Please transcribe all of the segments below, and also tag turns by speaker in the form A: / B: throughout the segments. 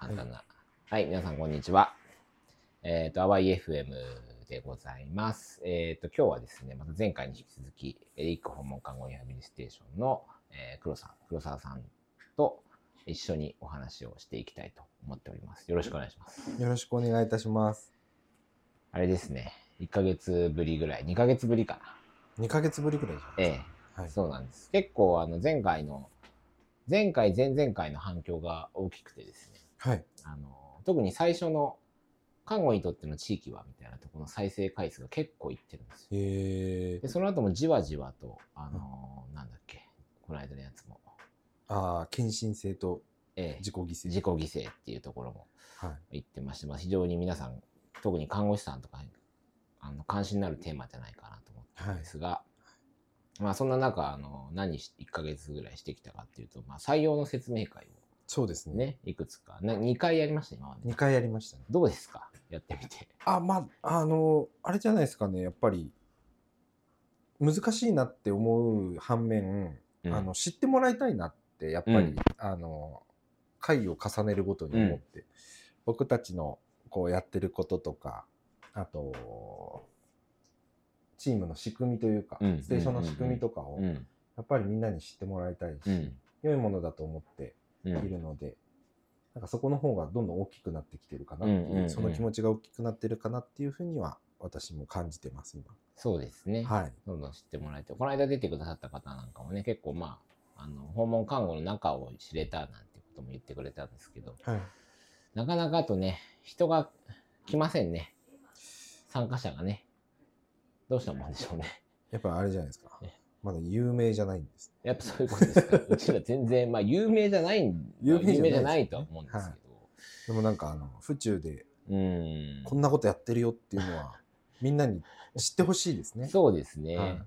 A: 簡単な。はい、皆さん、こんにちは。えっ、と、アワイ FM でございます。えっ、と、今日はですね、また前回に引き続き、エリック訪問看護リハビリステーションの、えー黒さん、黒沢さんと一緒にお話をしていきたいと思っております。よろしくお願いします。
B: よろしくお願いいたします。
A: あれですね、1ヶ月ぶりぐらい、2ヶ月ぶりかな。
B: 2ヶ月ぶりくらいじゃな
A: え
B: いですか。
A: え、
B: はい。
A: そうなんです。結構、あの、前回の、前回、前々回の反響が大きくてですね、
B: はい。
A: あの、特に最初の、看護にとっての地域はみたいなところの再生回数が結構いってるんですよ。
B: え
A: で、その後もじわじわと、あの、なんだっけ、この間のやつも、
B: ー、ああ、献身性と
A: ええ
B: 自己犠牲。
A: 自己犠牲っていうところも
B: は
A: 言
B: い。
A: ってまして、まあ、非常に皆さん、特に看護師さんとかに、あの、関心のあるテーマじゃないかなと思って
B: は
A: で
B: い。
A: すが、まあそんな中、あの、何し、1ヶ月ぐらいしてきたかっていうと、まあ採用の説明会
B: そうです
A: を
B: ね。
A: ね、いくつか、な2回やりました、今ま
B: 二
A: で。
B: 2回やりましたね。
A: どうですかやってみて。
B: あ、まあ、あの、あれじゃないですかね。やっぱり、難しいなって思う反面、
A: うん
B: あの、知ってもらいたいなって、やっぱり、
A: うん
B: あの、回を重ねるごとに思って、僕たちのこうやってることとか、あと、チームの仕組みというか、
A: うん
B: ステーションの仕組みとかを、
A: うん。
B: やっぱりみんなに知ってもらいたいし、
A: うん。
B: 良いものだと思って
A: う
B: い
A: ん。
B: るので、なんかそこの方がどんどん大きくなってきてるかなっていう、
A: うんうんうん
B: その気持ちが大きくなってるかなっていうふうには私も感じてます、今。
A: そうですね。
B: はい。
A: どんどん知ってもらえて、この間出てくださった方なんかもね、結構まあ、あの、訪問看護の中を知れたなんてことも言ってくれたんですけど、
B: はい。
A: なかなかとね、人が来ませんね。参加者がね。どうしたもんでしょうね。
B: やっぱあれじゃないですか
A: ね。
B: まだ有名じゃないんです。
A: やっぱそういうことですか。 うちら全然、まあ、有名じゃないん、
B: 有名じゃない
A: 有名じゃないとは思うんですけど。
B: でもなんかあの、府中で
A: うん。
B: こんなことやってるよっていう のは、みんなに知ってほしいですね。
A: そうですね。
B: はい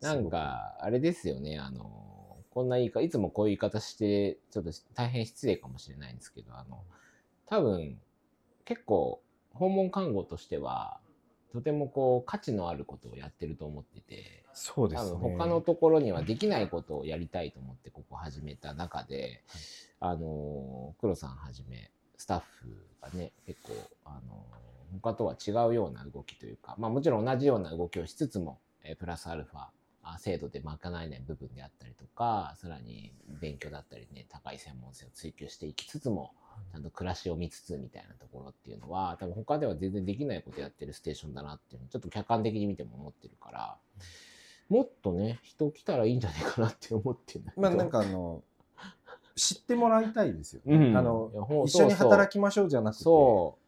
A: なんか、あれですよね、あの、こんな言い方、いつもこういう言い方して、ちょっと大変失礼かもしれないんですけど、あの、多分、結構、訪問看護としては、とてもこう、価値のあることをやってると思ってて、
B: そうですね。
A: 多分他のところにはできないことをやりたいと思ってここ始めた中で、あの黒さんはじめスタッフがね結構あの他とは違うような動きというか、まあ、もちろん同じような動きをしつつも、えープラスアルファあ制度で賄えない部分であったりとかさらに勉強だったりね高い専門性を追求していきつつもちゃんと暮らしを見つつみたいなところっていうのは多分他では全然できないことやってるステーションだなっていうのをちょっと客観的に見ても思ってるからもっとね人来たらいいんじゃないかなって思ってんだけど
B: まあなんかあの、知ってもらいたいですよね。
A: うん
B: あの
A: いやほん
B: 一緒に
A: そうそう
B: 働きましょうじゃなくて、
A: そ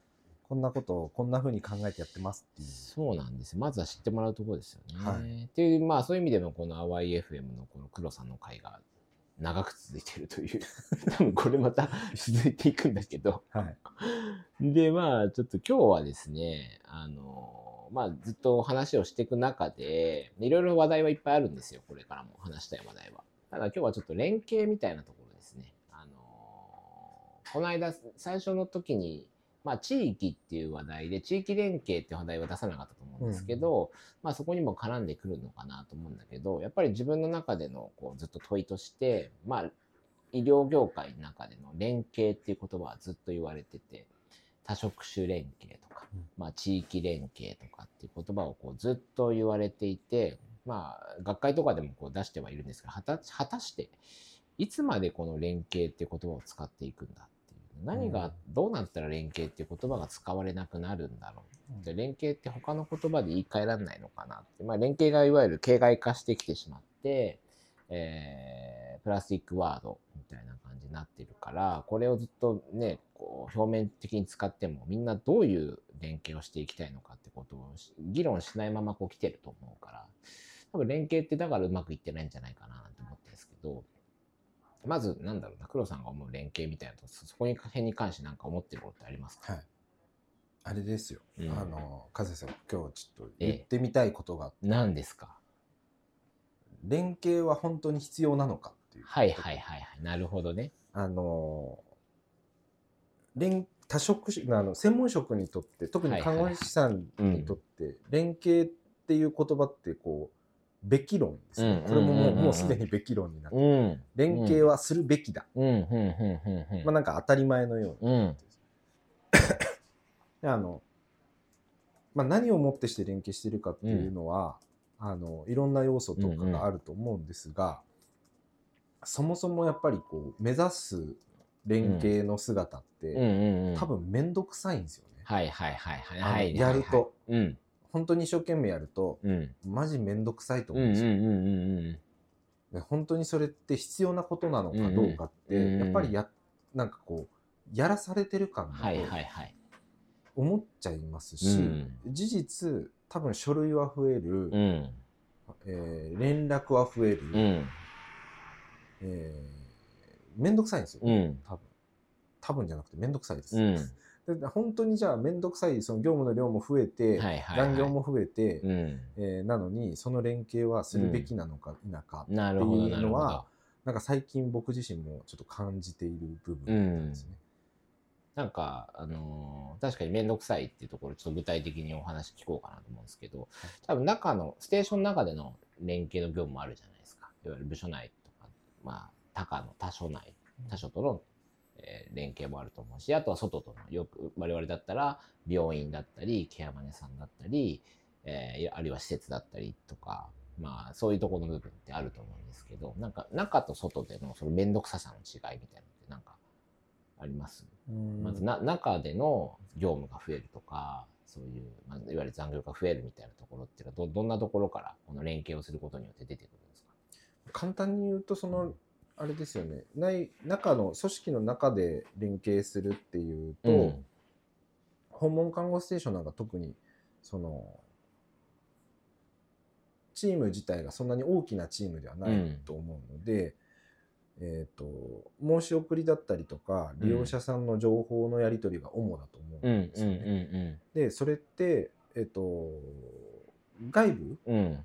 B: こんなことをこんな風に考えてやってます
A: う、
B: っていう。
A: そうなんです。まずは知ってもらうところですよね。
B: は
A: っていう、まあそういう意味でも、この淡い FM のこの黒さんの会が長く続いてるという、多分これまた続いていくんだけど。
B: はい。
A: で、まあちょっと今日はですね、あの、まあずっと話をしていく中で、いろいろ話題はいっぱいあるんですよ。これからも話したい話題は。ただ今日はちょっと連携みたいなところですね。あの、この間最初の時にまあ、地域っていう話題で、地域連携っていう話題は出さなかったと思うんですけど、まあそこにも絡んでくるのかなと思うんだけど、やっぱり自分の中でのこうずっと問いとして、まあ医療業界の中での連携っていう言葉はずっと言われてて、多職種連携とか
B: うん、
A: まあ地域連携とかっていう言葉をこうずっと言われていて、まあ学会とかでもこう出してはいるんですが、果た果たして、いつまでこの連携っていう言葉を使っていくんだっていう。何が、
B: うん
A: どうなったら連携っていう言葉が使われなくなるんだろう。で連携って他の言葉で言い換えられないのかなって。まあ、連携がいわゆる形骸化してきてしまって、えープラスチックワードみたいな感じになってるから、これをずっとね、こう表面的に使ってもみんなどういう連携をしていきたいのかってことをし議論しないままこう来てると思うから、多分連携ってだからうまくいってないんじゃないかななんて思ってるんですけど、まず、なんだろうな、黒さんが思う連携みたいなとこ、そそこに辺に関してなんか思ってることってありますか、
B: はい。あれですよ。
A: うん
B: あの、和也さん、今日ちょっと言ってみたいことが、
A: 何ですか
B: 連携は本当に必要なのかっていう。
A: はいはいはいはい。なるほどね。
B: あの連多職種あの専門職にとって特に看護師さんにとって連携っていう言葉ってこべき論ですね。これももうもうすでにべき論になって、
A: うん。
B: 連携はするべきだ。
A: うん、うん、うん、うん、うん。
B: まあなんか当たり前のように。
A: うん、
B: であの、まあ、何をもってして連携してるかっていうのは、あのいろんな要素とかがあると思うんですが、そもそもやっぱりこう目指す連携の姿って、
A: うん、うん、うん。
B: 多。分面倒くさいんですよね。
A: はい、はい、はい、はい、
B: あの
A: はい。
B: やると、
A: はい。うん、
B: 本当に一生懸命やると
A: うん。
B: マジ面倒くさいと
A: うん、
B: 思
A: うん
B: う
A: ん、う
B: です
A: ん、
B: よ。
A: うん。
B: で本当にそれって必要なことなのかどうかって、
A: うんうん
B: やっぱりやなんかこうやらされてる感だ
A: はい、は
B: と
A: い、はい。
B: 思っちゃいますし、
A: うん
B: 事実多分書類は増え
A: う
B: る、
A: ん、
B: えー連絡は増える、
A: うん、
B: えー、めんどくさいんですよ、
A: うん。
B: 多分多分じゃなくてめんどくさいです、
A: うん。
B: で本当にじゃあめんどくさいその業務の量も増えて、
A: はい、はい。
B: 残業。も増えて、
A: うん。
B: えーなのにその連携はするべきなのか否か、
A: なるほ
B: っ
A: ど、
B: てい
A: な
B: う
A: る
B: の
A: ほ
B: は
A: ど。
B: なんか最近僕自身もちょっと感じている部分なんですね。
A: なんか、あのー確かに面倒くさいっていうところ、ちょっと具体的にお話聞こうかなと思うんですけど、多分中の、ステーションの中での連携の業務もあるじゃないですか。いわゆる部署内とか、まあ、他課の、他所内、他所との、えー連携もあると思うし、あとは外との、よく、我々だったら、病院だったり、ケアマネさんだったり、えーいやあるいは施設だったりとか、まあ、そういうところの部分ってあると思うんですけど、なんか、中と外での、その面倒くささの違いみたいなのって、なんか、あります
B: うん
A: まずな中での業務が増えるとかそういう、まあ、いわゆる残業が増えるみたいなところっていうのはどどんなところからこの連携をすることによって出てくるんですか
B: 簡単に言うとそうの
A: ん
B: あれですよねない中の組織の中で連携するっていうと、
A: うん
B: 訪問看護ステーションなんか特にそのチーム自体がそんなに大きなチームではな
A: うん
B: いと思うので、えー、と申し送りだったりとか利用者さんの情報のやり取りが主だと思
A: うん
B: うんですよね。
A: う
B: でそれって、えっと外部
A: んうんうん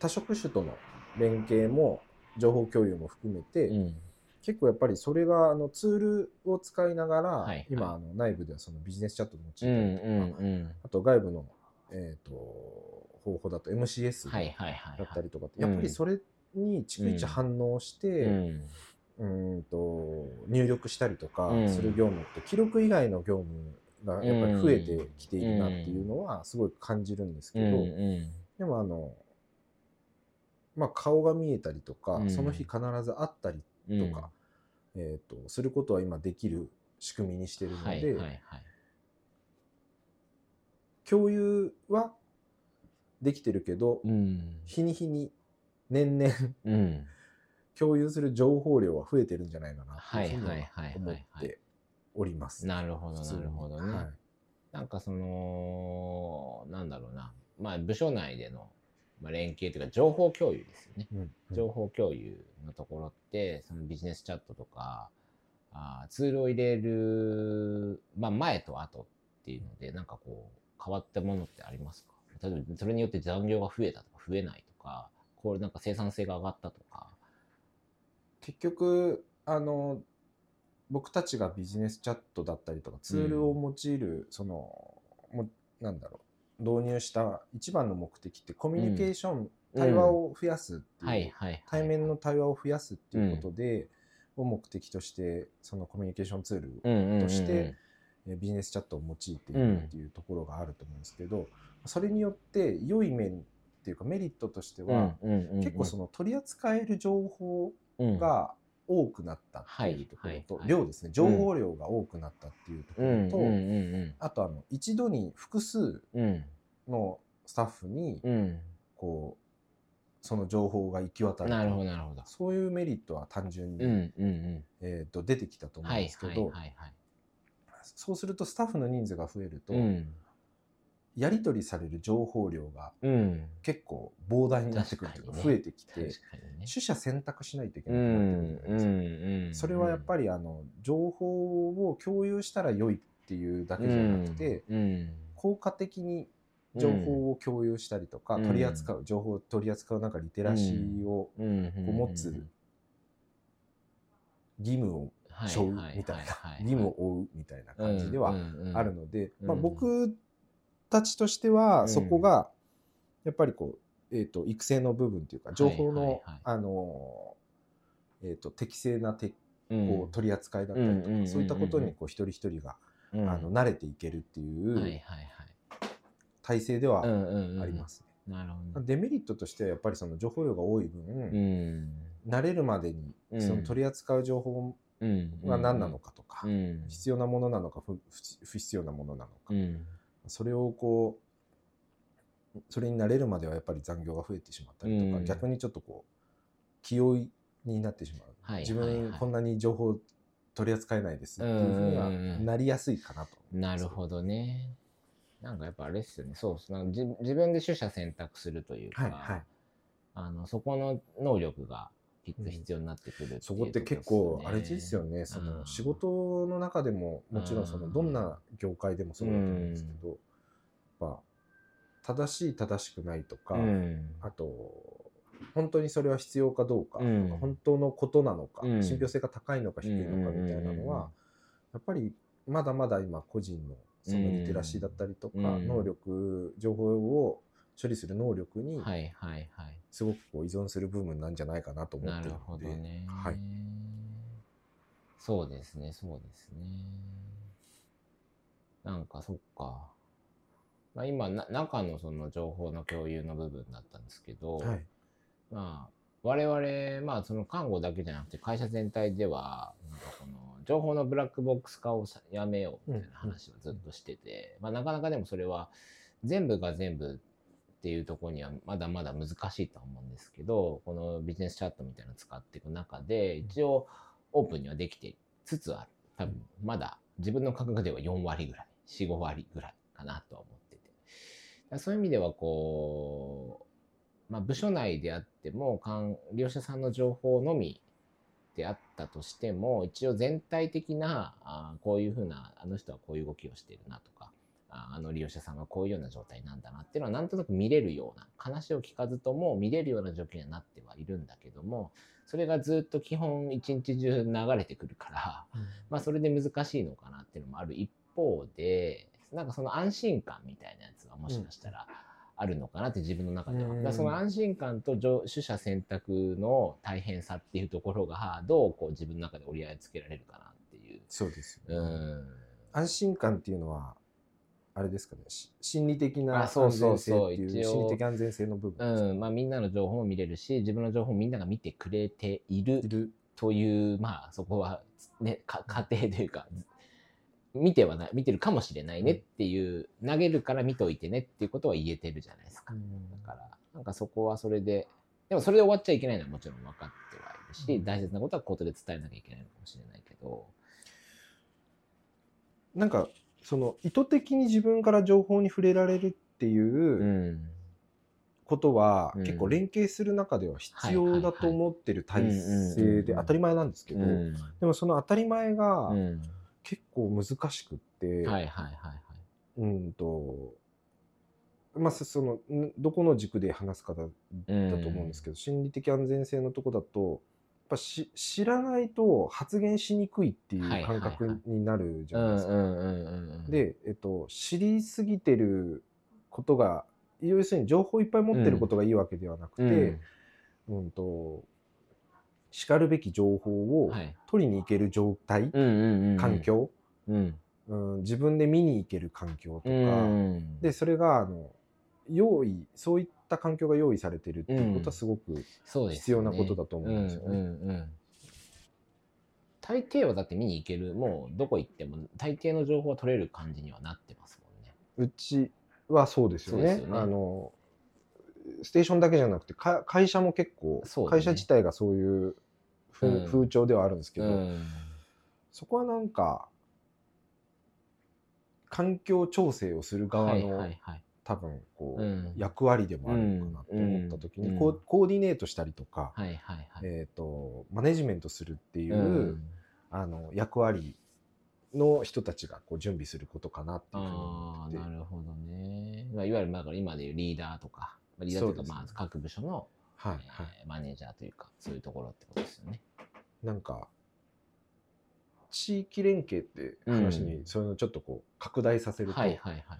B: 多職種との連携も情報共有も含めて、
A: うん
B: 結構やっぱりそれがあのツールを使いながら、
A: はいはい
B: 今あの内部ではそのビジネスチャットを用いた
A: うんう
B: り
A: ん
B: とか、
A: うん
B: あと外部の、えっと方法だと MCS
A: はい
B: だ
A: はいはい
B: った
A: は
B: りとかって、
A: いはい
B: やっぱりそれに逐一反応し
A: い
B: て、
A: うん
B: うんと入力したりとか
A: うん
B: する業務って記録以外の業務がやっぱり増えてきているなっていうのはすごい感じるんですけ
A: うん
B: ど、
A: う
B: でもあのまあ顔が見えたりとか、
A: うん
B: その日必ず会ったり
A: んうん
B: とか、えー、とすることは今できる仕組みにしてるので、
A: はいはいはい
B: 共有はできてるけど、
A: うん
B: 日に日に年々
A: うん
B: 共有する情報量は増えてるんじゃないかな
A: は
B: って
A: い
B: いうふうに
A: はいは
B: は
A: いはい
B: 思っ
A: はい
B: ております。
A: なるほど
B: 普通に
A: なるほどね、
B: はい
A: なんかそのなんだろうなまあ部署内でのまあ連携というか情報共有ですよね
B: うん
A: 情報共有のところって、そのビジネスチャットとか、あーツールを入れる、まあ、前と後っていうので、なんかこう、変わったものってありますか例えば、それによって残業が増えたとか、増えないとか、これなんか生産性が上がったとか。
B: 結局あの僕たちがビジネスチャットだったりとかツールを用いる、そのもなんだろう導入した一番の目的ってコミュニケーション、対話を増やすっていう、
A: はいはいはい。
B: 対面の対話を増やすっていうことで、を目的としてそのコミュニケーションツールを、
A: と
B: として、えビジネスチャットを用いているっていうところがあると思うんですけど、それによって良い面っていうかメリットとしては、結構その取り扱える情報
A: の、
B: が多くなったっていうところと、
A: はいはい
B: 量ですね情報量が多くなったっていうとこ
A: うん
B: ろと、
A: うんうん
B: あとあの一度に複数
A: うんうん
B: のスタッフに
A: うん
B: こうその情報が行き渡る
A: なるほどなるほど。
B: そういうメリットは単純に、
A: うんうん
B: えー、と出てきたと
A: うん。
B: 思うん
A: は
B: で
A: い
B: すけ
A: は
B: ど、
A: いはいはい。
B: そうするとスタッフの人数が増えると、
A: うん
B: やり取りされる情報量が
A: うん。
B: 結構膨大になってくるというか
A: 確か
B: 増
A: にね
B: えてきて、
A: 確かにね。
B: 取捨選択しないといけ
A: う
B: なくなってくる
A: ん
B: じゃな
A: う
B: いですか
A: んうん、
B: それはやっぱりあの情報を共有したら良いっていうだけじゃなくて、
A: うんうん
B: 効果的に情報を共有したりとか、
A: うん
B: 取り扱う情報を取り扱うなんかリテラシーを
A: うんうんうんうん
B: 持つ義務を
A: はい
B: 背負う
A: は
B: みたいな
A: はは
B: 義務を負うみたいな感じではあるので、
A: うん
B: まあ、僕たちとしては
A: うん
B: そこがやっぱりこうえー、と育成の部分というか情報
A: はいはい
B: の
A: はい
B: あのえーと適正なて
A: うん
B: こう取り扱いだったりと
A: うんうんうんうんう
B: か
A: ん
B: そういったことにこう一人一人が
A: う
B: あ
A: ん
B: の慣れていけるって
A: はいはいいう
B: 体制では
A: はい。う
B: あ
A: んうんうん
B: りますね。
A: なるほど。
B: デメリットとしてはやっぱりその情報量が多い分慣れるまでに
A: うん
B: その取り扱う情報
A: うん。
B: が何なのかとか
A: うん。
B: 必要なものなのか不不不必要なものなのか
A: うん。
B: それをこうそれに慣れるまではやっぱり残業が増えてしまったりとか、
A: うん
B: 逆にちょっとこう気負いになってしまう、
A: はい
B: 自
A: はい
B: 分
A: はい
B: こんなに情報取り扱えないですっていうふうにはなりやすいかなと。
A: なるほどね。なんかやっぱあれっすよね。そうっすなんかじ自分で取捨選択するというか、
B: はいはい、
A: あのそこの能力がきっと必要になってくるっていう
B: そこって結構あれ
A: とこっ
B: ですよねそ
A: うん
B: の仕事の中でももちろんそ
A: うん
B: のどんな業界でもそうだと思うんですけど、やっぱ正しい正しくないとか、
A: うん。
B: あと本当にそれは必要かどうか、
A: うん
B: 本当のことなのか、
A: うん
B: 信憑性が高いのか低いのかみたい
A: う
B: なの
A: んうんうんうん
B: はやっぱりまだまだ今個人のそのリテラシーだったりとか、
A: うん
B: 能力情報を処理する能力に
A: はいはいはい。
B: すごくこう依存する部分なんじゃないかなと思っ
A: な
B: て
A: る
B: いる
A: ほ
B: ので
A: どね。
B: はい。
A: そうですね、そうですね。なんかそっか。まあ、今な、中のその情報の共有の部分だったんですけど、
B: はい
A: まあ、我々、まあ、その看護だけじゃなくて、会社全体では、なんかこの、情報のブラックボックス化をさやめようみたいな話をずっとしてて、まあ、なかなかでもそれは、全部が全部っていうところには、まだまだ難しいとは思うんですけど、このビジネスチャットみたいなのを使っていく中で、一応、オープンにはできてつつある。多分、まだ、自分の感覚では4割ぐらい、4、5割ぐらいかなとは思ってて。だからそういう意味では、こう、まあ、部署内であっても管利用者さんの情報のみであったとしても一応全体的なあーこういうふうなあの人はこういう動きをしているなとかあーあの利用者さんはこういうような状態なんだなっていうのはなんとなく見れるような話を聞かずとも見れるような状況にはなってはいるんだけどもそれがずっと基本一日中流れてくるからまあそれで難しいのかなっていうのもある一方で、なんかその安心感みたいなやつはもしかしたらあるのかなって自分の中では。
B: うん
A: だからその安心感と上取捨選択の大変さっていうところが、どうこう自分の中で折り合いつけられるかなっていう。
B: そうです
A: う
B: よね、
A: ん。
B: 安心感っていうのはあれですかねし心理的な
A: あ
B: 安
A: そうそ
B: 全
A: う
B: 性
A: そ
B: っ
A: う
B: ていう
A: 一応
B: 心理的安全性の部分です
A: うん。まあみんなの情報も見れるし、自分の情報もみんなが見てくれている
B: いる
A: という、まあそこは、ね、か 家庭というか、ず見てはない、見てるかもしれないねっていう、投げるから見といてねっていうことは言えてるじゃないですか。だから、なんかそこはそれで、でもそれで終わっちゃいけないのはもちろん分かってはいるし、
B: うん
A: 大切なことは口頭で伝えなきゃいけないのかもしれないけど、
B: なんかその意図的に自分から情報に触れられるって
A: う。
B: いうんことは、
A: うん
B: 結構連携する中では必要だと思ってる体
A: はいはいはいうんうんう
B: 制
A: んう
B: で
A: ん
B: 当たり前なんですけ
A: け
B: ど、
A: ど、
B: でもその当たり前が
A: うん
B: 結構難しくって、
A: はいはいはいはい。
B: うんとまあそそのんどこの軸で話すかだだと思うんですけど、心理的安全性のとこだとやっぱし知らないと発言しにくいってい
A: はいうはいはい
B: 感覚になるじ
A: う
B: ゃな
A: ん
B: いで
A: う
B: すか。
A: んうんうんうん。、
B: で、えっと、知りすぎてることが要するに情報いっぱい持ってることがいいわけではなくて、うんとしかるべき情報
A: うん、
B: を
A: はい。
B: 取りに行ける状態、
A: うんうんうんうん。
B: 環。境、
A: うん。
B: うん自分で見に行ける環境とか、
A: うん
B: でそれがあの用意そういった環境が用意されてるっていうことはすごく、
A: そうです
B: 必
A: よ
B: 要
A: ね、
B: なことだと思うんですよね
A: うんうんうん大抵はだって見に行ける、もうどこ行っても大抵の情報は取れる感じにはなってますもんね。
B: うちはそうです
A: そ
B: よ
A: う
B: ね
A: ですよね
B: あのステーションだけじゃなくてか会社も結構、
A: そうだね
B: 会社自体がそういう風,、
A: うん
B: 風潮ではあるんですけど、
A: うん
B: そこはなんか環境調整をする側の、
A: はいはいはい
B: 多分こう、
A: うん
B: 役割でもあるのかなと思った時に、
A: うん
B: こ
A: うん
B: うコーディネートしたりとか、
A: はいはいはい。
B: えー、とマネジメントするっていう、
A: うん
B: あの役割の人たちがこう準備することかなっていうふうに思
A: あ
B: っ
A: あ
B: てて
A: なるほどね。まあ、いわゆるまあだから今でいうリーダーとか、まあリーダーという
B: そう
A: か
B: ですね
A: まあ各部署の、
B: は
A: え
B: い
A: ー
B: はい、
A: マネージャーというかそういうところってことですよね。
B: なんか地域連携って話に、
A: うん
B: そういうのちょっとこう拡大させると、
A: はいはいはい。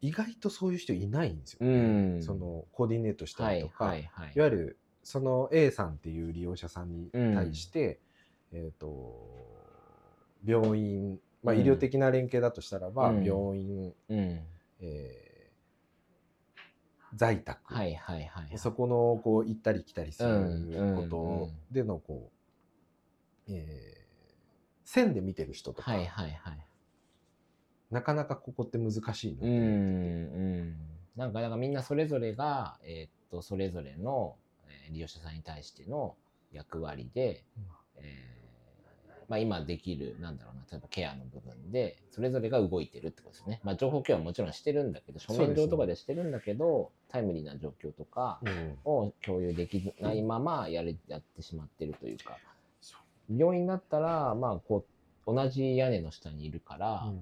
B: 意外とそういう人いないんですよ、
A: うん
B: そのコーディネートした
A: は
B: り
A: い
B: とか、
A: はいはい
B: いわゆるその A さんっていう利用者さんに対して、えー、と病院、まあ、
A: うん
B: 医療的な連携だとしたらば、
A: うん
B: 病院、
A: うん
B: えー在宅、
A: はいはいはい
B: そこのこう行ったり来たりすることでのこう、えー線で見てる人とか、
A: はいはいはい
B: なかなかここって難しいの
A: う
B: で、
A: んうんなんかだからみんなそれぞれが、えーっとそれぞれの、えー利用者さんに対しての役割で、えーまあ、今できるなんだろうな例えばケアの部分でそれぞれが動いてるってことですね、まあ、情報共有はもちろんしてるんだけど書面上とかでしてるんだけど、タイムリーな状況とか
B: うん
A: を共有できないままやれやってしまってるというか
B: そ
A: 病院だったら、まあ、こう同じ屋根の下にいるから、
B: うん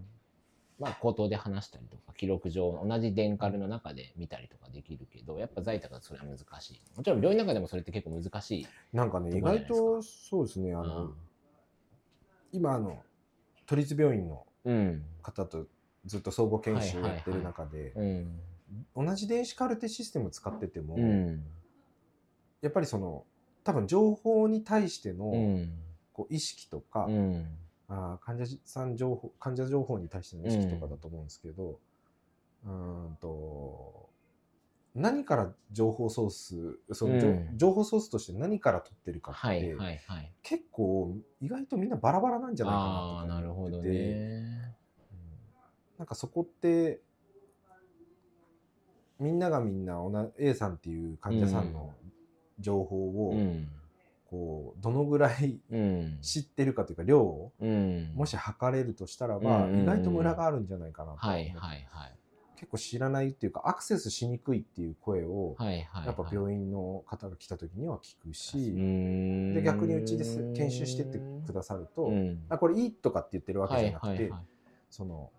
A: まあ、口頭で話したりとか、記録上、同じデンカルの中で見たりとかできるけど、やっぱ在宅だとそれは難しい。もちろん、病院の中でもそれって結構難しい。
B: なんかね
A: ど
B: 意
A: こじゃない
B: 外
A: ですか
B: とそうですねあ
A: う
B: の、
A: ん。
B: 今あの都立病院の
A: うん。
B: 方とずっと総合研修をやってる中で、
A: うん。
B: 同じ電子カルテシステム使ってても、
A: うん。
B: やっぱりその多分情報に対しての、
A: うん。
B: こう意識とか、
A: うん。
B: あー患者さん情報患者情報に対しての意識とかだと思うんですけど、うーん、と何から情報ソースその、情
A: うん
B: 情報ソースとして何から取ってるかって、
A: はいはいはい。
B: 結構意外とみんなバラバラなんじゃないか
A: ああー、な
B: なと
A: る
B: か
A: ほ
B: 思
A: ど
B: ってて、
A: ね。
B: うんなんかそこってみんながみんなおな A さんっていう患者さんの情報を、
A: うん。
B: こうどのぐらい
A: うん。
B: 知ってるかというか量を
A: うん。
B: もし測れるとしたらば、
A: うんうんうん
B: 意外とムラがあるんじゃないかなと思
A: は
B: っ
A: い
B: て
A: はいはい。
B: 結構知らないっていうかアクセスしにくいっていう声を、
A: はいはいはい。
B: やっぱ院
A: 院
B: 病院の方が来た時には聞くし、
A: 院
B: で逆にうちです研修してってくださると、あこれいいとかって言ってるわけじゃなくて、
A: はいはいはい。
B: その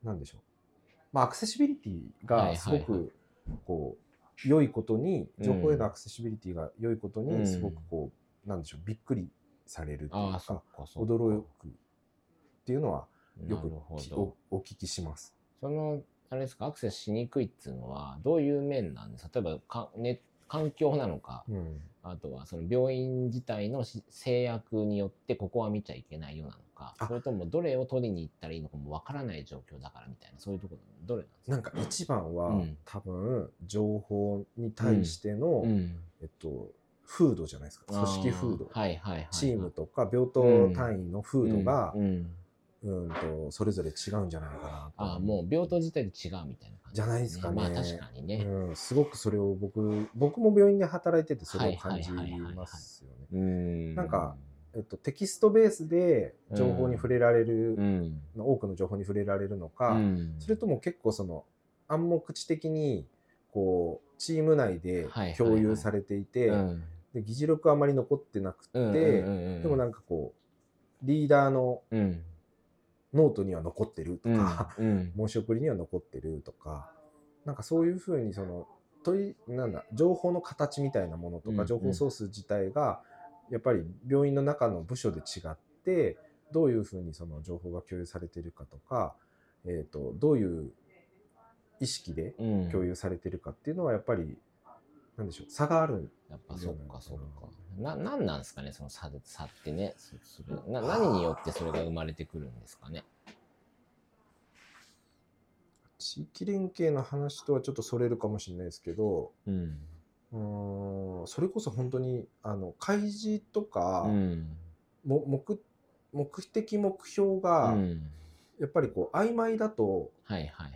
B: なんでしょう、まあ、アクセシビリティがすご
A: はいはい
B: くこう良いことに
A: うん
B: 情報へのアクセシビリティが良いこと
A: うん
B: にすごくこうなんでしょうびっくりされるという
A: ああ、そっ
B: か
A: かそっか。
B: 驚くっていうのはよ
A: な
B: く
A: るほ
B: き
A: ど
B: おお聞きします。
A: その、あれですか、アクセスしにくいっていうのは、どういう面なんですか例えばか、ね、環境なのか、
B: うん
A: あとはその病院自体のし制約によって、ここは見ちゃいけないようなのか、
B: あ
A: それともどれを取りに行ったらいいのかもわからない状況だからみたいな、そういうところ、どれなんですか
B: なんか一番は、
A: うん
B: 多分情報に対しての、
A: うん、
B: えっと、風土じゃないですか組織風土、
A: あはいはいはいはい、
B: チームとか病棟単位の風土が、
A: うんうん
B: うんとそれぞれ違うんじゃないかなと
A: ああもう病棟自体で違うみたいな感じ、
B: じゃないですかね
A: まあ確かにね。
B: うん、すごくそれを僕僕も病院で働いててそれを感じ
A: はいはいはいはいはい
B: ますよね。
A: うん
B: なんか、えっと、テキストベースで情報に触れられる、
A: うん、
B: 多くの情報に触れられるのか、
A: うん
B: それとも結構その暗黙知的にこうチーム内で共有されていて、
A: うん
B: で議事録はあまり残ってなくて、
A: うんうんうんうん、
B: でもなんかこうリーダーの
A: うん、
B: ノートには残ってるとか、
A: うんうん、
B: 申し送りには残ってるとかなんかそういうふうにその問いなんだ情報の形みたいなものと
A: うんう
B: か
A: ん
B: 情報ソース自体がやっぱり病院の中の部署で違ってどういうふうにその情報が共有されてるかとか、えー、とどういう意識で
A: うん
B: 共有されてるかっていうのはやっぱりなんでしょう差がある
A: やっぱそっかそっか。な、なんなんですかね、その差で、差ってね。そそれな何によってそれが生まれてくるんですかね。
B: 地域連携の話とはちょっとそれるかもしれないですけど
A: うん。
B: うーんそれこそ本当にあの開示とか、
A: うん。
B: も目目的目標が
A: うん
B: やっぱりこう曖昧だと
A: はいはいはい。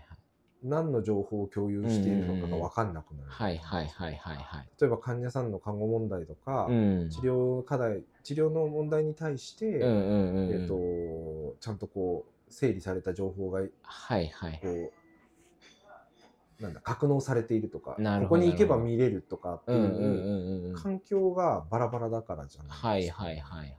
B: 何の情報を共有しているのかが分かんなくなる、
A: はいはいはいはいはい。
B: 例えば患者さんの看護問題とか、
A: うん。
B: 治療課題治療の問題に対して、
A: うんうんうん。
B: えー、とちゃんとこう整理された情報が
A: はいはい。
B: こうなんだ格納されているとか
A: なるほ
B: ここ
A: ど
B: に行けば見れるとかって
A: う
B: い
A: んうん
B: う
A: うんうん。
B: 環境がバラバラだからじゃな
A: はいい
B: ですか
A: はいはいはい。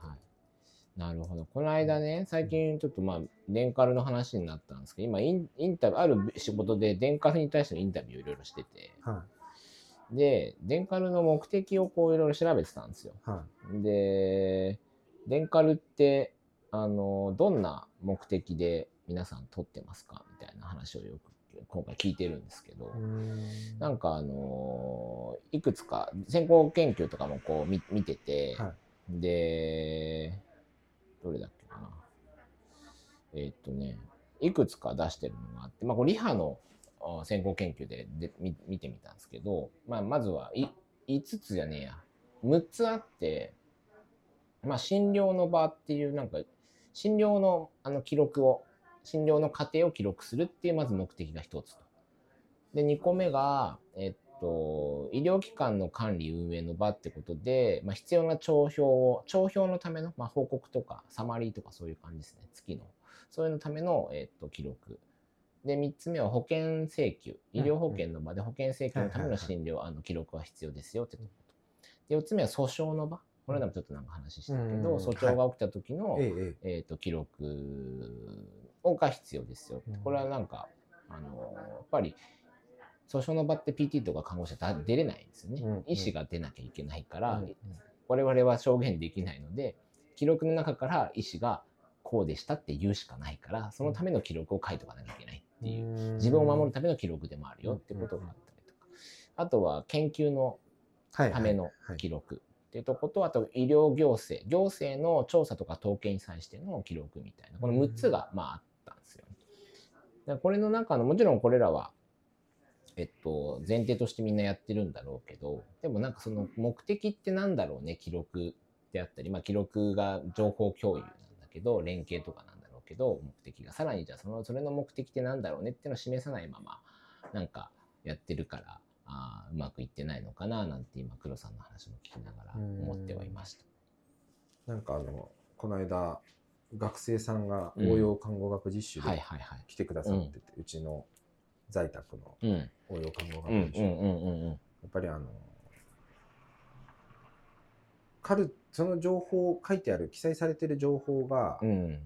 A: なるほど。この間ね、最近ちょっとまあ、デンカルの話になったんですけど、今イン、インタビュー、ある仕事でデンカルに対してのインタビューをいろいろしてて、
B: は
A: で、デンカルの目的をこういろいろ調べてたんですよ。
B: いはい
A: で、デンカルって、あの、どんな目的で皆さん撮ってますかみたいな話をよく今回聞いてるんですけど、
B: うん
A: なんかあのーいくつか先行研究とかもこう見見てて、
B: は
A: でどれだっけかなえーっとねいくつか出してるのがあって、まあ、これリハのあ先行研究でで見見てみたんですけど、まあ、まずはい5つじゃねえや6つあって、まあ、診療の場っていうなんか診療のあの記録を診療の過程を記録するっていうまず目的が一つと。で2個目が、えっと、医療機関の管理運営の場ってことで、まあ、必要な帳票を帳票のための、まあ、報告とかサマリーとかそういう感じですね月のそういうのための、えっと、記録で3つ目は保険請求医療保険の場で保険請求のための診療あの記録は必要ですよってとことで4つ目は訴訟の場これでもちょっとなんか話したけど、
B: うん
A: 訴訟が起きた時の、
B: ええええ
A: えー、と記録をが必要ですよって
B: うん
A: これはなんか、あのやっぱり訴訟の場って PT とか看護師は出れないんですよね、
B: うんうん
A: 医師が出なきゃいけないか
B: う
A: ら、
B: んうん
A: 我々は証言できないので記録の中から医師がこうでしたって言うしかないからそのための記録を書いとかなきゃいけないっていう自分を守るための記録でもあるよってことがあったりとかあとは研究の
B: はい
A: ための記録っていうとこと、あと医療行政、行政の調査とか統計に際しての記録みたいな、この6つがまああったんですよね。だからこれの中の、もちろんこれらは、えっと、前提としてみんなやってるんだろうけど、でもなんかその目的ってなんだろうね、記録であったり、まあ記録が情報共有なんだけど、連携とかなんだろうけど、目的が、さらにじゃあその、それの目的ってなんだろうねっていうのを示さないまま、なんかやってるから、あーうまくいってないのかななんて今黒さんの話も聞きながら思ってはいました。
B: なんかあのこの間学生さんが応用看護学実習
A: はい
B: で
A: はいはい。
B: 来てくださってて、うちの在宅の
A: うん
B: 応用看護
A: う
B: 学
A: ん
B: 実習、
A: う
B: や
A: んうんうんうん
B: っぱりあのカルその情報書いてある記載されてる情報が
A: うん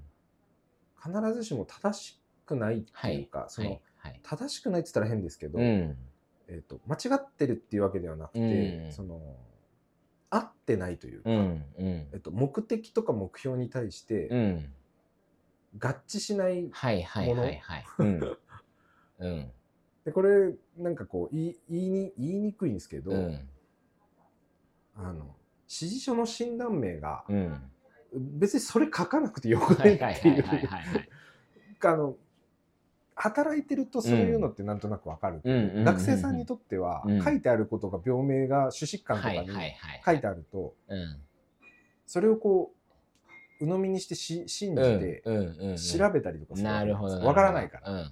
B: 必ずしも正しくないっていうか、そ
A: は
B: の、
A: いはい。
B: 正しくないって言ったら変ですけど、
A: うん
B: えー、と間違ってるっていうわけではなくて、
A: うん
B: その合ってないというか、
A: うんうん
B: えっと、目的とか目標に対して
A: うん
B: 合致しない、
A: はいはいはいはい。うんうん
B: でこれなんかこう言い言いに言いにくいんですけど、
A: うん
B: あの指示書の診断名が、
A: うん。
B: 別にそれ書かなくてよく
A: は
B: ないい
A: はい
B: っ
A: は
B: て
A: い
B: い
A: はいはいうはい。
B: あの働いてるとそういうのってなんとなくわかるけど、
A: うんうんうんうん
B: 学生さんにとっては、
A: うん
B: 書いてあることが病名が主疾患と
A: は
B: か
A: いはい
B: に
A: はい。
B: 書いてあると、
A: うん
B: それをこう鵜呑みにしてし信じて
A: うんうんうん。
B: 調べたりとかするわ
A: な
B: け
A: る
B: なん
A: ほ
B: です
A: ど。
B: よわからないから。
A: ら。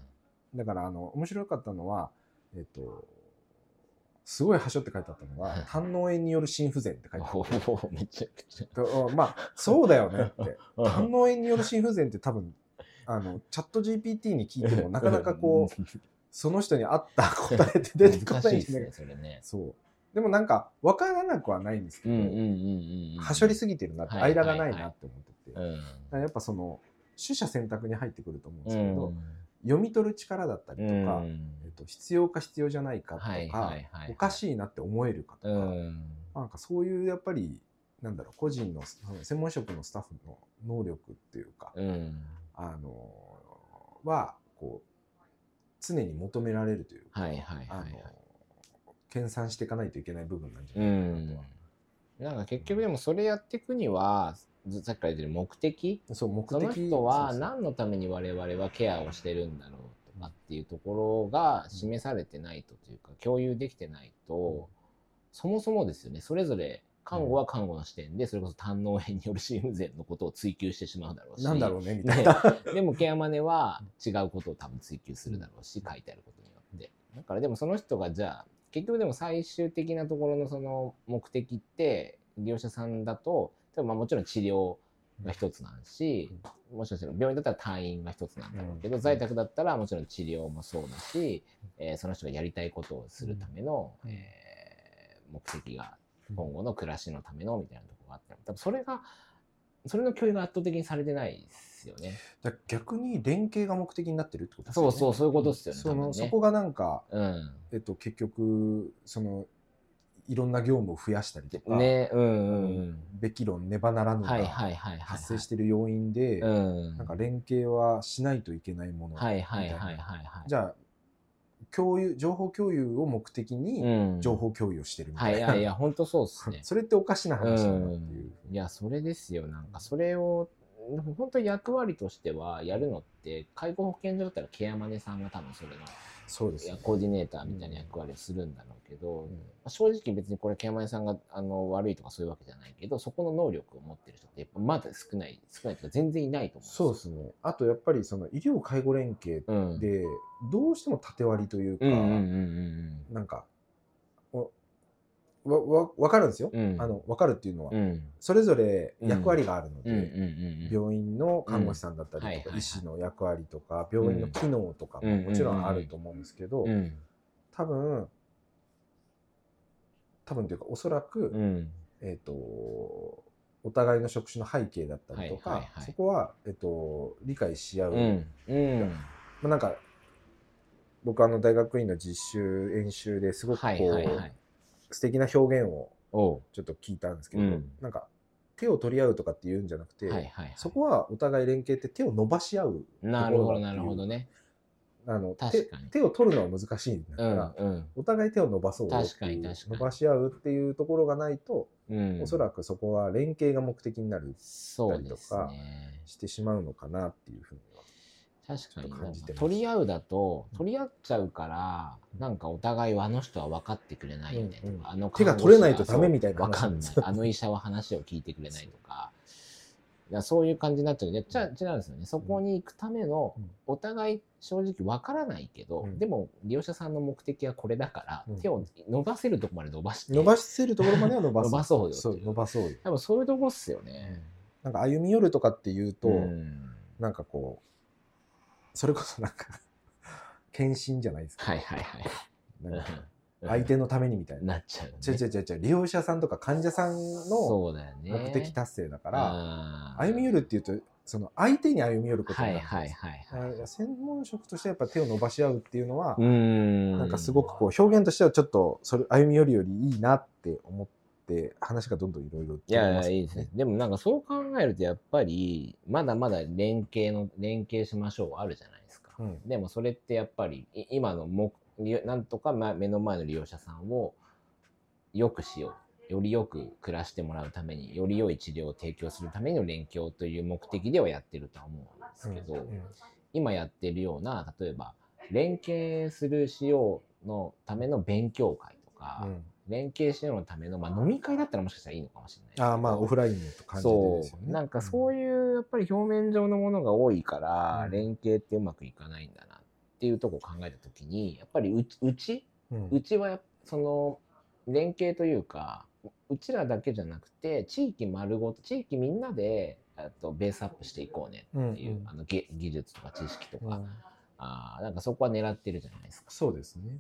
B: だからあの面白かったのは、えっと、すごい端折って書いてあったの
A: はい
B: が「胆の炎による心不全」って
A: う
B: 書い
A: ん。
B: てあ
A: おおめちゃくちゃ。
B: った。まあそうだよねって。
A: う
B: 胆の炎による心不全って多分あのチャット GPT に聞いてもなかなかこうその人に合った答えって出てこ
A: 難
B: な
A: し
B: い
A: いで
B: んです
A: ね
B: ね。
A: それね。
B: そうでもなんか分からなくはないんですけ
A: うん
B: ど、
A: うんうんうん。
B: 端折りすぎてるなって、
A: はい
B: 間がないなって思って
A: う
B: て。
A: ん。
B: だからやっぱその取捨選択に入ってくると思うんで
A: う
B: すけど、
A: ん。
B: 読み取る力だったりとか、
A: うん
B: えっと、必要か必要じゃないかとか、
A: はいはいはい。
B: おか
A: い。
B: しいなって思えるかと
A: う
B: か、
A: ん。
B: なんかそういうやっぱりなんだろう個人のその専門職のスタッフの能力っていうか、
A: うん。
B: あのはこう常に求められるというか、
A: はいはい
B: あ
A: は
B: の
A: い。
B: 研鑽していかないといけない部分なんじゃ
A: う
B: ないかなと
A: ん
B: は、。
A: なんか結局でもそれやっていくには、ずさっきから言ってる目的
B: そう目的
A: その人は
B: そうそう
A: 何のために我々はケアをしてるんだろうとかっていうところが示されてないとというか共有できてないとそもそもですよねそれぞれ看護は看護の視点でそれこそ胆の炎による心不全のことを追求してしまうだろうし
B: なんだろうねみたい
A: ね
B: な。、
A: でもケアマネは違うことを多分追求するだろうし書いてあることによってだからでもその人がじゃあ結局でも最終的なところのその目的って利用者さんだとでもまあもちろん治療が一つなんし、もしかしたら病院だったら退院が一つなんだろうけど、
B: うん
A: 在宅だったらもちろん治療もそうだし、えーその人がやりたいことをするための、
B: うん
A: えー目的が今後の暮らしのためのみたいなところがあって多分それがそれの共有が圧倒的にされてないですよね。
B: だから逆に連携が目的になってるってことですよ
A: そ
B: ね。
A: うそう、そういうことですよね。
B: そ
A: 多分
B: の
A: ね
B: そこがなんか、
A: うん。
B: えっと、結局そのいろんな業務を増やしたりとか、
A: ね、うんうんうん。
B: べき論ねばならぬ
A: はいはい
B: が
A: はいはいはい。
B: 発生している要因で、
A: うん。
B: なんか連携はしないといけないもの、
A: はいはいはいはいはい。
B: じゃあ共有情報共有を目的に
A: うん
B: 情報共有をしてるみ
A: は
B: た
A: いい
B: いな、
A: やいや本当そうっすね
B: それっておかしな話だなっていう、
A: うん、いやそれですよなんかそれを本当に役割としてはやるのって介護保険所だったらケアマネさんが多分それの
B: そうです
A: いや
B: ね、
A: コーディネーターみたいな役割をするんだろうけど、
B: う
A: ま
B: ん
A: あ正直別にこれケアマネさんがあの悪いとかそういうわけじゃないけどそこの能力を持ってる人ってやっぱまだ少ない少ないというか全然いないと思うんですよ
B: そうですねあとやっぱりその医療介護連携
A: うん
B: でどうしても縦割りというか、
A: うんうんうん
B: なんかおわわ分かるんですよ、
A: うんうん
B: あの分かるっていうのは、
A: うん
B: それぞれ役割があるので、
A: うんうんうんうん
B: 病院の看護師さんだった
A: うんは
B: り
A: いはい
B: とか、
A: はい
B: 医師の役割とか病院の機能とかももちろんあると思うんですけど、
A: うん
B: 多分多分というかおそらく、
A: うん
B: えー、とお互いの職種の背景だったりとか、
A: はいはいはい
B: そこは、えー、と理解し合う、
A: うんうん
B: まあ、なんか僕あの大学院の実習演習ですごくこう、
A: はいはいはい
B: 素敵な表現を
A: おう
B: ちょっと聞いたんですけど、
A: うん
B: なんか手を取り合うとかって言うんじゃなくて、
A: はいはいはい
B: そこはお互い連携って手を伸ばし合う
A: なるほどなるほどね
B: あの
A: 確
B: 手
A: かに
B: 手を取るのは難しいんだか
A: うん
B: ら、
A: うん
B: お互い手を伸ばそうよっていう
A: 確かに確かに
B: 伸ばし合うっていうところがないと、
A: うん
B: おそらくそこは連携が目的になる
A: そうです
B: たり
A: ね
B: してしまうのかなっていうふうには
A: 確かに
B: ちょっと感じてます
A: 取り合うだと取り合っちゃうからなんかお互いはあの人は分かってくれないよねとか、
B: うんうん
A: あの
B: 手が取れないとダメみたいな
A: 分
B: 話
A: かんないあの医者は話を聞いてくれないとかいやそういう感じになっちゃうじゃじゃ違うんですよねそこに行くための
B: うん
A: お互い正直分からないけど、
B: うん
A: でも利用者さんの目的はこれだから、
B: うん
A: 手を伸ばせるとこまで伸ばして
B: 伸ばせるところまでは伸ばす
A: 伸ばそうよっていう
B: そう伸ばそうよ
A: 多分そういうとこっすよね。
B: なんか歩み寄るとかっていうと、
A: うん
B: なんかこうそれこそなんか 献身じゃないですか
A: はいはいはい。
B: なんか相手のためにみたいな。
A: なっちゃう、ね。
B: 違う違う違う違う利用者さんとか患者さんの
A: そうだよね。
B: 目的達成だか
A: ら
B: ら、歩み寄るっていうとその相手に歩み寄ること
A: はい
B: になるん
A: はい
B: です
A: はい
B: あ
A: はい。
B: いや専門職としてやっぱ手を伸ばし合うっていうのは、
A: ん
B: なんかすごくこう表現としてはちょっとそれ歩み寄るよりいいなって思って話がどんどんいろいろ
A: いやいやいいですね。でもなんかそう考えるとやっぱりまだまだ連携の連携しましょうあるじゃないですか。
B: うん
A: でもそれってやっぱりい今の目利なんとかま目の前の利用者さんを良くしよう。よりよく暮らしてもらうためにより良い治療を提供するための連携という目的ではやってるとは思うんですけど、今やってるような例えば連携するしようのための勉強会とか、連携しようのための、まあ、飲み会だったらもしかしたらいいのかもしれないですけど
B: ああまあオフラインと感じでですよ
A: そう
B: ね。
A: なんかそう
B: い
A: いうやっぱり表面上のものが多いから、
B: うん
A: 連携ってうまくいかないんだなっていうとこを考えた時にやっぱりうちうち
B: うん、
A: うちはやっぱその連携というかうちらだけじゃなくて地域丸ごと地域みんなでえっとベースアップしていこうねっていう、
B: うんうん
A: あの技技術とか知識とか、
B: うん
A: あーなんかそこは狙ってるじゃないですか。
B: そうですね。
A: だか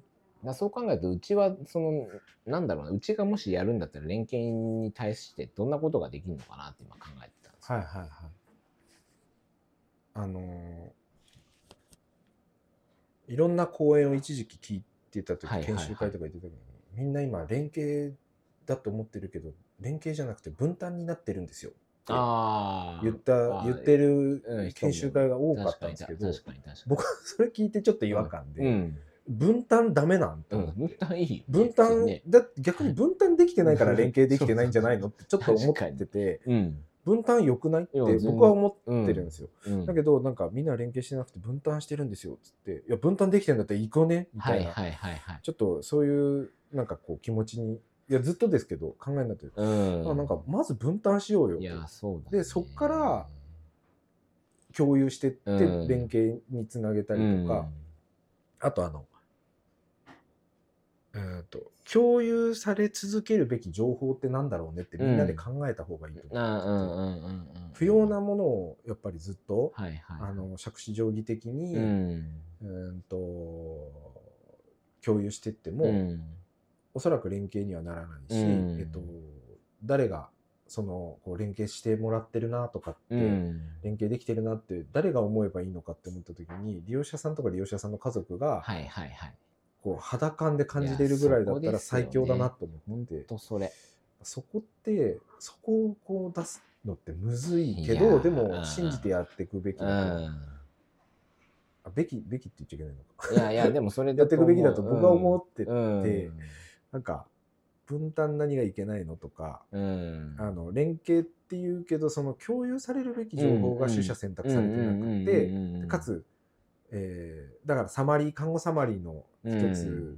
A: らそう考えるとうちはそのなんだろうなうちがもしやるんだったら連携に対してどんなことができるのかなって今考えてたんです
B: はいはいはい。あのーいろんな講演を一時期聞いてた時、
A: はいはいはい
B: 研修会とか行ってた時にみんな今連携だと思ってるけど連携じゃなくて分担になってるんですよ
A: ああ
B: 言った
A: あ
B: 言って
A: うん
B: る
A: 人も
B: 研修会が多かっ
A: 確
B: た
A: か
B: ん
A: に
B: です
A: 確
B: けど、
A: かに確かに
B: 僕はそれ聞いてちょっと違和感で、
A: うん
B: 分担ダメなん
A: う
B: と思
A: ん
B: って、
A: 分担いいよね
B: 分
A: 普通
B: 担
A: ね
B: だって逆に分担できてないから連携できてないんじゃないのってちょっ と思ってて
A: うん
B: 分担良くないって
A: いや全然
B: 僕は思
A: う
B: ってるんですよ。
A: うん
B: だけど、なんかみんな連携してなくて分担してるんですよっつって、いや、分担できてるんだったら行こうねみた
A: はいい
B: な、
A: はいはいはい
B: ちょっとそういうなんかこう気持ちに、いや、ずっとですけど、考えになってる。
A: うん
B: あなんかまず分担しようよっ
A: い
B: て、
A: やそうだね
B: でそっから共有してって、
A: うん
B: 連携につなげたりとか、あとあの、えーと、共有され続けるべき情報ってなんだろうねってみんなで考えた方がいいと思
A: うんあうん
B: う。
A: うんうんうん
B: 不要なものをやっぱりずっと、
A: はいはい
B: あの、杓子定規的に、
A: うん
B: うーんと共有していっても、
A: うん
B: おそらく連携にはならない
A: う
B: し、
A: ん
B: えっと、誰がそのこう連携してもらってるなとかって、
A: うん
B: 連携できてるなって誰が思えばいいのかって思った時に利用者さんとか利用者さんの家族が
A: はいはいはい
B: こう肌感で感じれるぐらいだっ
A: い
B: た
A: や
B: ら
A: そこですよね
B: 最強だなと思っ
A: 本
B: て
A: 当それ
B: そこってそこをこう出すのってむずいけ
A: いや
B: ど
A: ー
B: でも信じてやっていくべき
A: う
B: だと
A: ん
B: あべきべきって言っちゃいけないのか
A: いやいや、でもそれ
B: やっていくべきだと
A: 思う
B: 僕は思って、
A: うん
B: てなんか分担何がいけないのとか
A: うん。
B: あの連携っていうけどその共有されるべき情報が取捨選択されて
A: う
B: なくて
A: んうんうんうん
B: か、つ、えーだからサマリー看護サマリーの一つ、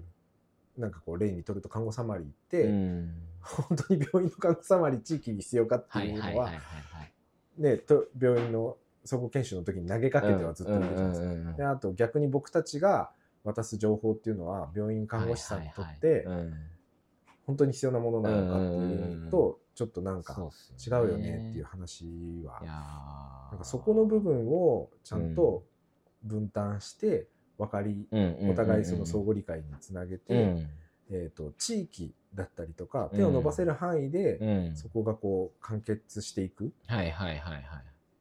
B: なんかこう例にとると看護サマリーって、
A: うん
B: 本当に病院の看護サマリー地域に必要かって
A: はい
B: いうのは,、
A: はいはいはいはい。
B: ね、と病院の総合研修の時に投げかけてはずっといるじゃないですか。
A: うんうんうんうん
B: であと逆に僕たちが渡す情報っていうのは病院看護師さんにとって
A: はいはいはいうん
B: 本当に必要なものなのかっていう
A: うんうん
B: とちょっとなんか
A: そうっす
B: 違うよねっていう話はい
A: やー
B: なんかそこの部分をちゃんと分担して分かり
A: うんうんうんうん
B: お互いその相互理解につなげ
A: う
B: て
A: ん
B: えーと地域だったりとか
A: うん
B: 手を伸ばせる範囲で
A: うん
B: そこがこう完結していく
A: はいはいはいはい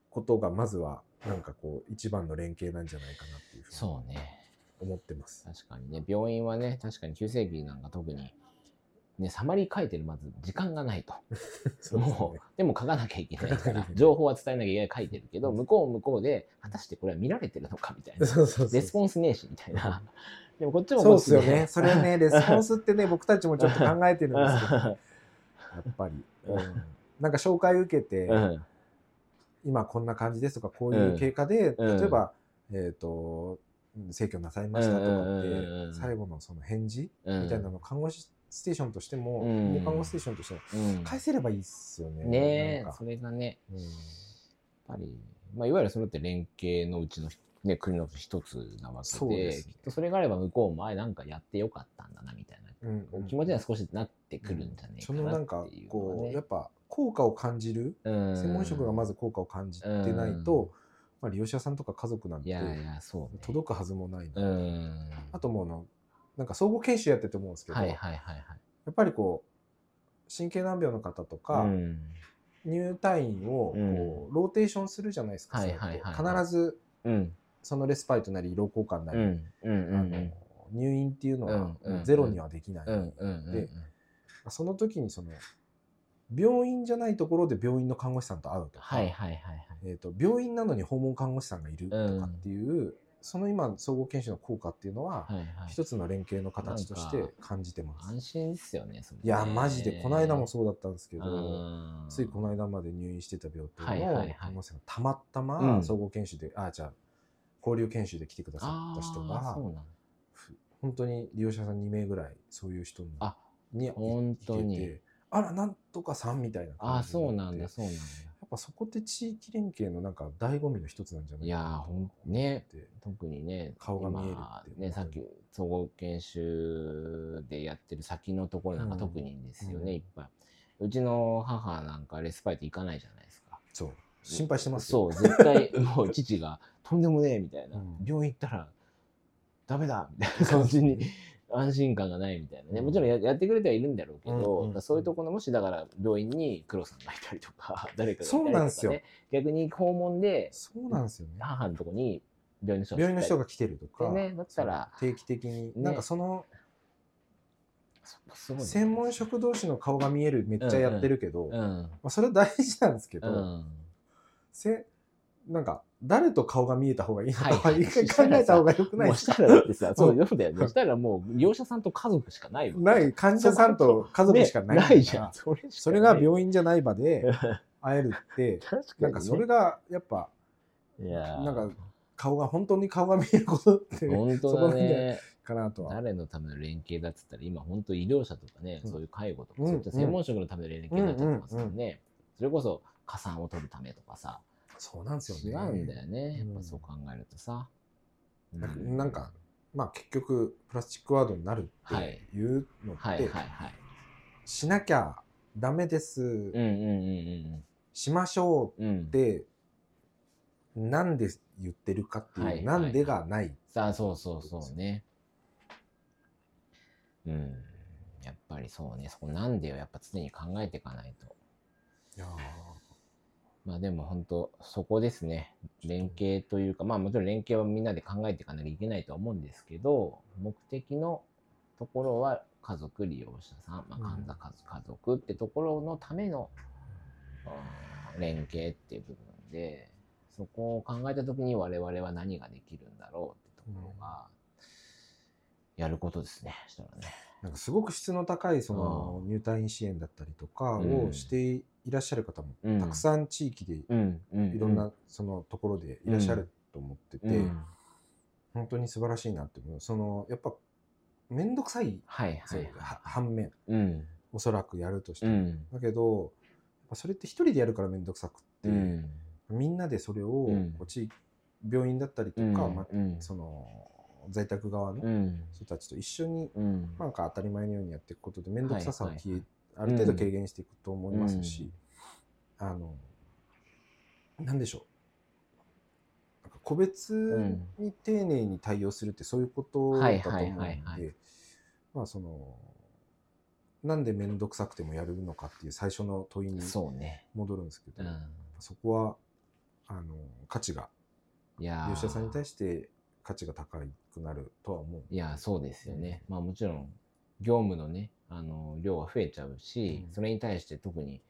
B: ことがまずはなんかこう一番の連携なんじゃないかなっていうふうに
A: そうね
B: 思ってます。
A: 確かにね病院はね確かに急性期なんか特にねサマリー書いてるまず時間がないと
B: そうですね
A: もうでも書かなきゃいけないか
B: 書かなきゃい
A: ら
B: けない
A: 情報は伝えなきゃいけない書いてるけど向こうも向こうで果たしてこれは見られてるのかみたいな
B: そうそうそう
A: レスポンスねえしみたいなでもこっちも
B: そう
A: こっ
B: で
A: ち
B: すよね。それはね、レスポンスってね、僕たちもちょっと考えてるん
A: う
B: ですけど、や
A: ん
B: っぱり。うんなんか紹介受けて、
A: うん
B: 今こんな感じですとか、こういう経過で、
A: うん
B: 例えば、えっ、と、請求なさいましたとかって、
A: うんうんうんうん
B: 最後のその返事
A: うん
B: みたいなの、看護師ステーションとしても、
A: うん
B: もう看護ステーションとしても、
A: うん
B: 返せればいいっすよね。
A: ね
B: な
A: え
B: んか
A: それがね
B: うん
A: やっぱり、まあ、いわゆるそれって連携のうちの、ね、国の一つなわけ
B: そう
A: で
B: ですね
A: きっとそれがあれば向こうもあれなんかやってよかったんだなみたいな、
B: うんうん
A: 気持ちには少しなってくるんじゃねえ
B: そ
A: かなっ
B: の
A: ていうのはね、
B: なんか、こう、やっぱ効果を感じる、
A: うん
B: 専門職がまず効果を感じてないと、まあ、利用者さんとか家族なん
A: い
B: て
A: やいやそうね
B: 届くはずもないな、
A: うん
B: あともうのなんか総合研修やってて思うんですけど、
A: はいはい
B: や
A: はいはい
B: っぱりこう神経難病の方とか、
A: うん
B: 入退院をこう、
A: う
B: ローテーションするじゃないですか、
A: はい
B: それって
A: はいはいはい
B: 必ず
A: うん
B: そのレスパイトなり老交換な
A: う
B: り、
A: んうんう
B: あの
A: ん
B: 入院っていうのは
A: うんうん
B: ゼロにはできない、
A: うんうんうん
B: でその時にその病院じゃないところで病院の看護師さんと会うとか、
A: はいはいはいはい
B: えー、と病院なのに訪問看護師さんがいると
A: うん
B: かっていう、その今総合研修の効果っていうの
A: は
B: は、
A: いはい
B: 一つの連携の形として
A: なんか
B: 感じてます。
A: 安心ですよねそれね
B: いやマジでこの間もそうだったんですけ
A: う
B: ど、
A: ん
B: ついこの間まで入院してた病棟
A: はいはいは
B: の
A: い
B: 看護師さんがたまた
A: うん
B: ま総合研修で、あじゃあ交流研修で来てくださ
A: あ
B: った人
A: ー
B: が
A: そうなんだ
B: ふ本当に利用者さん2名ぐらいそういう人に
A: あ
B: に
A: 本当に
B: 行けてあらなんとかさんみたいな
A: あ
B: 感
A: あ
B: じに
A: そうな
B: って
A: んだそうなんだ
B: やっぱそこって地域連携のなんか醍醐味の一つなんじゃない
A: いやーほんね
B: って
A: 特にね
B: 顔が見えるって
A: 今ねさっき総合研修でやってる先のところなんか
B: うん
A: 特にですよね、
B: うん
A: いっぱいうちの母なんかレスパイト行かないじゃないですか
B: そう心配してますよ
A: そう絶対もう父が「とんでもねえ」みたいな、
B: うん
A: 病院行ったら「ダメだ」みたいな感じに安心感がないみたいなね
B: うん
A: もちろんややってくれてはいるんだろうけ
B: うんうん
A: ど、
B: うん
A: だからそういうところのもしだから病院に黒さんがいたりとか 誰かがいたり
B: そう
A: と
B: な
A: か、
B: ん
A: ね、
B: すよ
A: 逆に訪問で
B: そうなんですよね
A: 母のとこに病院の人が
B: 病院の人
A: が
B: が来てるとか、
A: ねだったら
B: そう定期的に、
A: ね
B: なんかその
A: そこすごいね
B: 専門職同士の顔が見えるめっちゃやってるけど、
A: う
B: ま
A: ん
B: あ、それは大事なんですけ
A: う
B: ど、
A: ん
B: せなんか誰と顔が見えた方がいいのか
A: はいはい
B: 一回考えた方がよくない
A: もう
B: です
A: したらだってさ、そうう、そうだよね。したらも う、利用者さんと家族しかないわ
B: ない患者さんと家族しかないん
A: ね
B: だから
A: ないじゃん。それしかない
B: それが病院じゃない場で会える って
A: 確かにね
B: なんかそれがやっぱ
A: いやー
B: なんか顔が本当に顔が見えることって
A: 本
B: そこ
A: 当
B: な
A: だ
B: んじゃない
A: ね。
B: かなとは。
A: 誰のための連携だっつったら、今本当医療者とかね、
B: うん
A: そういう介護とか、
B: うん
A: そういった専門職のための連携になっちゃってますもんね。それこそ、加算を取るためとかさ、
B: そうなんですよ
A: 違
B: ね。
A: うんだよね。やっ
B: う
A: ぱ
B: ん
A: そう考えるとさ。う
B: なんか、まあ結局プラスチックワードになるっていうのって、
A: はいはいはい。
B: しなきゃダメです、
A: うんうんうん
B: しましょ
A: うんうん。うん
B: うっ。てなんで言ってるかっていう、
A: はい
B: なんでがない、
A: さあ、そうそうそうね。うん。やっぱりそうね。そこなんでよ。やっぱ常に考えていかないと。
B: いや
A: まあでも本当そこですね。連携というか、まあもちろん連携はみんなで考えていかなきゃいけないとは思うんですけど、目的のところは家族利用者さん、まあ、患者家家族ってところのための、うん連携っていう部分で、そこを考えたときに我々は何ができるんだろうってところが、やることですね。したらね。
B: なんかすごく質の高いその入退院支援だったりとかをしていらっしゃる方も
A: うん
B: たくさん地域で
A: うん、うん、
B: いろんなそのところでいらっしゃると思ってて
A: うん、うん
B: 本当に素晴らしいなって思うそのやっぱ面倒くさい
A: はいは
B: そう
A: い。
B: は反面
A: うん、
B: おそらくやるとして
A: う
B: も
A: ん、
B: だけどやっぱそれって一人でやるから面倒くさくって、
A: うん、
B: みんなでそれを
A: うん
B: こう地域病院だったりと
A: うん
B: か、まあ
A: うん、
B: その在宅側の
A: うん、
B: 人たちと一緒に
A: うん、
B: なんか当たり前のようにやっていくことで面倒くささを消え、
A: はい
B: ある程度軽減していくと思いますし、あのなんでしょうなんか個別に丁寧に対応するってそういうことだと思
A: はいは
B: うの
A: いはいは
B: でまあそのなんで面倒くさくてもやるのかっていう最初の問いに
A: そうね。
B: 戻るんですけ
A: う
B: ど、
A: ん。
B: そこはあの価値が
A: いやー
B: 吉田さんに対して価値が高くなるとは思う。
A: いや、そうですよね。まあもちろん、業務のね、あの、量は増えちゃうし、
B: うん
A: それに対して特に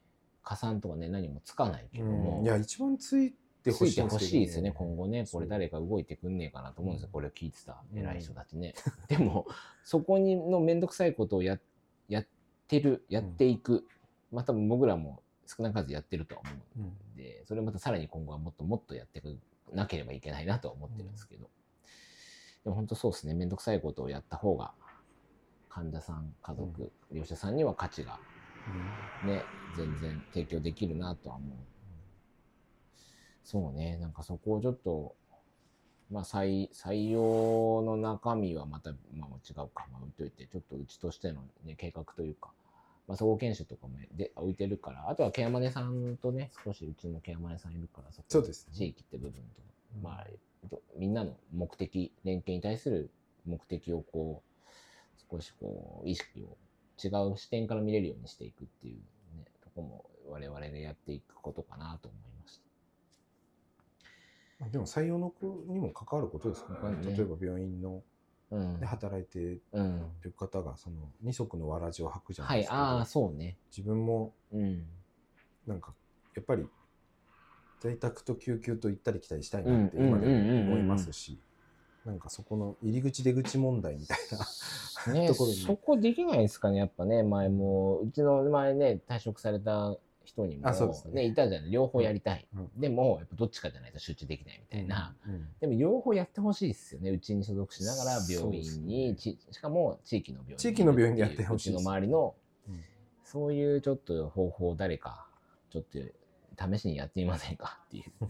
A: 加算とかね、何もつかないけども、
B: うんいや一番ついて
A: つ
B: ほし
A: い
B: い
A: て
B: ん
A: ほ
B: けど
A: しいですよね、今後ね。
B: そ
A: こ
B: う
A: れ誰か動いてくんねえかなと思うんですよ、
B: うん
A: これを聞いてた偉い人たちね。 でも、そこにのめんどくさいことをややってる、やっていく。まあ多分僕らも少なからずやってるとは思う
B: うん
A: んで、それをまたさらに今後はもっともっとやっていくなければいけないなとは思ってるんですけど。でも本当そうですね、めんどくさいことをやった方が、患者さん、家族、利用者さんには価値がね、全然提供できるなとは思う。そうね、なんかそこをちょっと、まあ採採用の中身はまた、まあ違うか、まあ置いといて、ちょっとうちとしての、ね、計画というか、まあ、総合研修とかもで置いてるから、あとはケアマネさんとね、少しうちもケアマネさんいるから、そこ
B: そうですね
A: 地域って部分とか、
B: うん
A: まあ、どみんなの目的、連携に対する目的をこう、少しこう、意識を違う視点から見れるようにしていくっていうね、とこも我々がやっていくことかなと思いまし
B: まあでも採用の子にも関わることですね
A: うんね
B: 例えば病院の
A: た。うん
B: で。働いてる
A: うん。
B: 方がその二足のわらじを履くじゃな
A: はいい
B: で、すか、
A: ああ、そうね。
B: 自分も
A: うん。
B: なんかやっぱり在宅と救急と行ったり来たりしたい
A: うん
B: なって
A: うん
B: 今でも
A: うんうんうん
B: 思いますしなんかそこの入り口出口問題みたい な
A: ね、
B: ところに
A: そこできないですかね、やっぱね、前も、うちの前ね、退職された人にも、
B: あそうですね
A: いたじゃん、両方やりたい。
B: うん
A: でも、やっぱどっちかじゃないと集中できないみたいな。
B: うん
A: でも両方やってほしいですよね。うちに所属しながら
B: そう
A: 病
B: で
A: 院
B: す
A: に、
B: ね
A: ちしかも地域の病院
B: 地域の病院でやってほしい
A: っ
B: で
A: てうう
B: す
A: ちの周りの、
B: うん
A: そういうちょっと方法を誰か、ちょっと試しにやってみませんかっていう。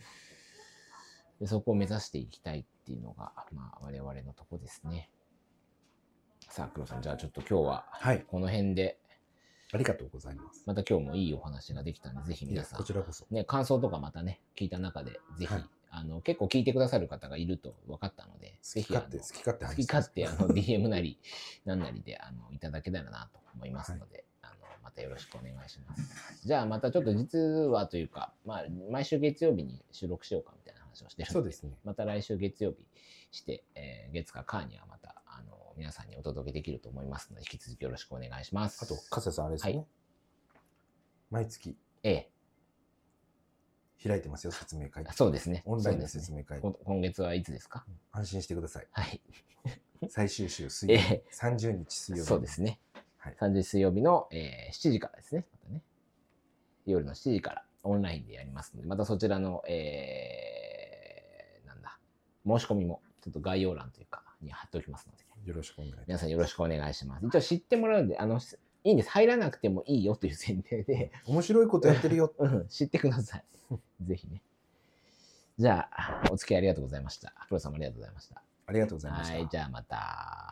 A: でそこを目指していきたいっていうのが、まあ、我々のとこですね。さあ、黒さん、じゃあちょっと今日は
B: はい
A: この辺で、
B: ありがとうございます
A: また今日もいいお話ができたんで、ぜひ
B: いや
A: 皆さん
B: こちらこそ
A: ね、感想とかまたね、聞いた中で、ぜひ、
B: はい
A: あの、結構聞いてくださる方がいると分かったので、
B: 好
A: ぜ
B: き
A: ひ、あ
B: 勝手
A: の
B: 好き勝手
A: 好
B: 話
A: き
B: してま
A: 勝
B: す
A: 手、あの、DM なり、なんなりで、あの、いただけたらなと思いますので、あの、またよろしくお願いします。じゃあ、またちょっと実はというか、まあ、毎週月曜日に収録しようかみたいな話をしてるの
B: そうですね
A: また来週月曜日して、えー月か火にはまた、あの、皆さんにお届けできると思いますので、引き続きよろしくお願いします。
B: あと、加瀬さん、あれですよね。
A: は
B: 毎月
A: ええ、
B: 開いてますよ、説明会
A: あ。そうですね。
B: オンラインの
A: そうです
B: 説
A: ね。
B: 明会。
A: こ今月はいつですか
B: 安心してください。
A: はい。
B: 最終週、水
A: え
B: 曜
A: え、
B: 30日水曜日。
A: そうですね。
B: はい
A: 30水曜日の、えー7時からですね,、またね。夜の7時からオンラインでやりますので、またそちらの、えーなんだ、申し込みもちょっと概要欄というかに貼っておきますので、
B: よろしくお願いします。
A: 皆さんよろしくお願いします。一応知ってもらうんで、あの、しいいんです。入らなくてもいいよという前提で、
B: 面白いことやってるよ。
A: うん、知ってくだ さい。ぜひね。じゃあ、お付き合いありがとうございました。黒さんもありがとうございました。
B: ありがとうございました。
A: はい、じゃあまた。